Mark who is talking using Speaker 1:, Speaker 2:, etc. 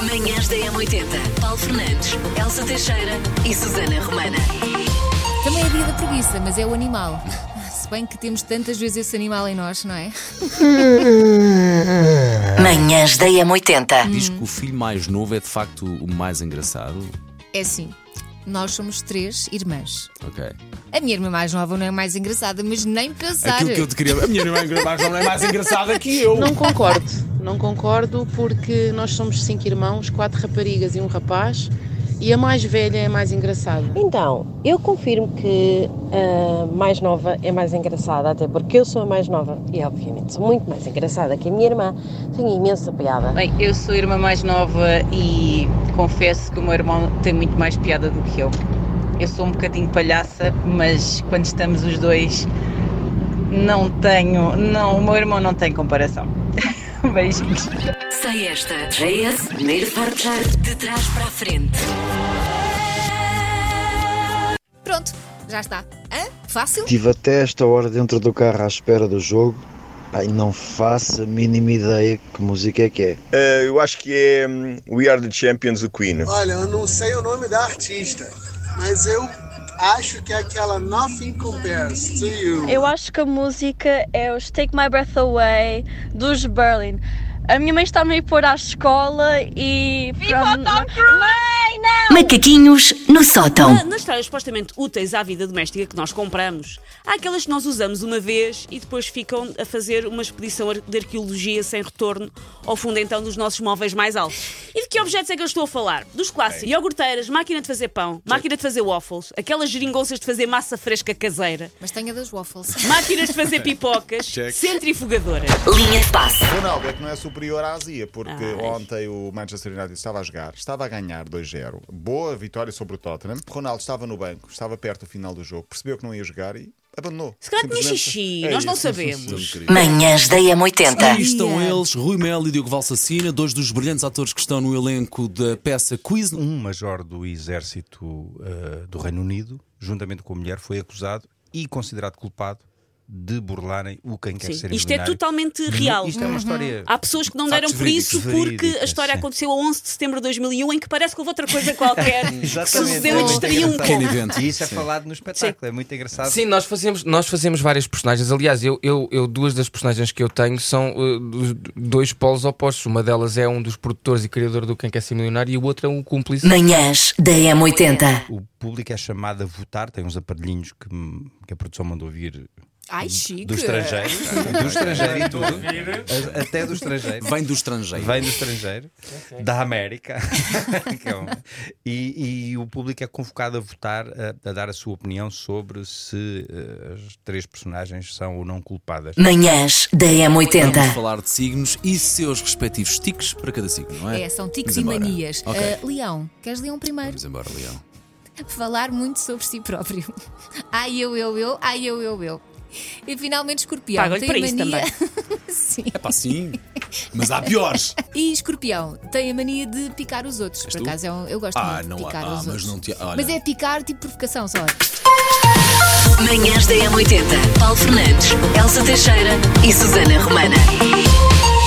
Speaker 1: Manhãs da M80. Paulo Fernandes, Elsa Teixeira e Susana Romana.
Speaker 2: Também é dia da preguiça, mas é o animal. Se bem que temos tantas vezes esse animal em nós, não é?
Speaker 1: Manhãs da M80.
Speaker 3: Diz
Speaker 4: Hum.
Speaker 3: que o filho mais novo é de facto o mais engraçado.
Speaker 2: É assim. Nós somos três irmãs.
Speaker 3: Ok.
Speaker 2: A minha irmã mais nova não é mais engraçada, mas nem pensar.
Speaker 3: Aquilo que eu te queria. A minha irmã mais nova é mais engraçada que eu.
Speaker 5: Não concordo, não concordo porque nós somos cinco irmãos, quatro raparigas e um rapaz e a mais velha é a mais engraçada.
Speaker 6: Então, eu confirmo que a mais nova é mais engraçada, até porque eu sou a mais nova e, obviamente, sou muito mais engraçada que a minha irmã. Tenho imensa piada.
Speaker 7: Bem, eu sou a irmã mais nova e confesso que o meu irmão tem muito mais piada do que eu. Eu sou um bocadinho palhaça, mas quando estamos os dois, não tenho. Não, o meu irmão não tem comparação. Beijinhos.
Speaker 1: Sei esta. JS, primeiro forjar de trás para a frente.
Speaker 2: Pronto, já está. Hã? Fácil?
Speaker 8: Estive até esta hora dentro do carro à espera do jogo. Pai, não faço a mínima ideia que música é que é.
Speaker 9: Eh, eu acho que é hum, We Are the Champions do Queen.
Speaker 10: Olha, eu não sei o nome da artista, mas eu acho que é aquela Nothing Compares to You.
Speaker 11: Eu acho que a música é os Take My Breath Away dos Berlin. A minha mãe está-me a ir pôr à escola e. Viva o Tom Mãe, não!
Speaker 1: Macaquinhos no sótão.
Speaker 4: Na- Nas tralhas supostamente úteis à vida doméstica que nós compramos, há aquelas que nós usamos uma vez e depois ficam a fazer uma expedição ar- de arqueologia sem retorno ao fundo então dos nossos móveis mais altos. E de que objetos é que eu estou a falar? Dos clássicos. Iogurteiras, máquina de fazer pão, máquina de fazer waffles, aquelas geringonças de fazer massa fresca caseira,
Speaker 2: Mas tenho a das waffles.
Speaker 4: máquinas de fazer pipocas, centrifugadoras.
Speaker 1: Linha de passe.
Speaker 12: Ronaldo é que não é superior à Ásia, porque
Speaker 4: Ah, Ai.
Speaker 12: ontem o Manchester United estava a jogar, estava a ganhar 2-0, boa vitória sobre o Tottenham. Ronaldo estava no banco, estava perto do final do jogo, percebeu que não ia jogar e abandonou.
Speaker 4: Se calhar tinha
Speaker 12: Simplesmente-
Speaker 4: xixi,
Speaker 12: É
Speaker 4: nós não
Speaker 12: isso.
Speaker 4: sabemos.
Speaker 1: Manhãs da
Speaker 3: Aí
Speaker 1: M80.
Speaker 3: estão eles, Rui Mel e Diogo Valsacina, dois dos brilhantes atores que estão no elenco da peça Quiz.
Speaker 13: um major do exército eh, do Reino Unido, juntamente com a mulher, foi acusado e considerado culpado de burlarem o quem quer
Speaker 4: Sim,
Speaker 13: ser
Speaker 4: isto é
Speaker 13: milionário.
Speaker 4: totalmente
Speaker 13: Não,
Speaker 4: real.
Speaker 13: Isto é uma história.
Speaker 4: Há pessoas que não
Speaker 13: Factos
Speaker 4: deram por isso
Speaker 13: verídicos.
Speaker 4: porque a
Speaker 13: Verídicas,
Speaker 4: história
Speaker 13: sim.
Speaker 4: aconteceu a 11 de setembro de 2001, em que parece que houve outra coisa qualquer que sucedeu e distraiu um
Speaker 3: Pequeno
Speaker 4: pouco.
Speaker 3: evento.
Speaker 13: É E isso é falado no espetáculo, é muito engraçado.
Speaker 14: Sim, nós fazemos, nós fazemos várias personagens. Aliás, eu, eu, eu- duas das personagens que eu tenho são uh, dos- dois polos opostos. Uma delas é um dos produtores e criador do Quem Quer Ser Milionário e o outro é um cúmplice.
Speaker 1: Manhãs da M80.
Speaker 13: O público é chamado a votar, tem uns aparelhinhos que, que a produção mandou vir
Speaker 2: Ai, chique.
Speaker 13: do estrangeiro. do estrangeiro e tudo. A- Até do estrangeiro.
Speaker 3: Vem do estrangeiro.
Speaker 13: Vem do estrangeiro, da América. Que é um- e, e o público é convocado a votar, a, a dar a sua opinião sobre se eh, as três personagens são ou não culpadas.
Speaker 1: Manhãs da
Speaker 3: Vamos
Speaker 1: M80.
Speaker 3: falar de signos e seus respectivos tiques para cada signo, não é?
Speaker 2: É, são tiques
Speaker 3: Vamos
Speaker 2: e
Speaker 3: embora.
Speaker 2: manias.
Speaker 3: Ok.
Speaker 2: Ah, Leão, queres Leão primeiro?
Speaker 3: Vamos embora, Leão.
Speaker 2: Falar muito sobre si próprio. Ai, eu, eu, eu, ai, eu, eu, eu. E finalmente, escorpião.
Speaker 4: Pagam-lhe
Speaker 2: tem
Speaker 4: para
Speaker 2: mania...
Speaker 4: isso
Speaker 2: Sim.
Speaker 3: É pá, sim. Mas há piores.
Speaker 2: E escorpião tem a mania de picar os outros. Por
Speaker 3: tu?
Speaker 2: acaso é um- eu gosto
Speaker 3: Ah,
Speaker 2: muito
Speaker 3: não
Speaker 2: de
Speaker 3: há-
Speaker 2: picar
Speaker 3: ah,
Speaker 2: os
Speaker 3: mas
Speaker 2: outros.
Speaker 3: não te- olha.
Speaker 2: Mas é picar tipo provocação só.
Speaker 1: Manhãs da M80. Paulo Fernandes, Elsa Teixeira e Susana Romana.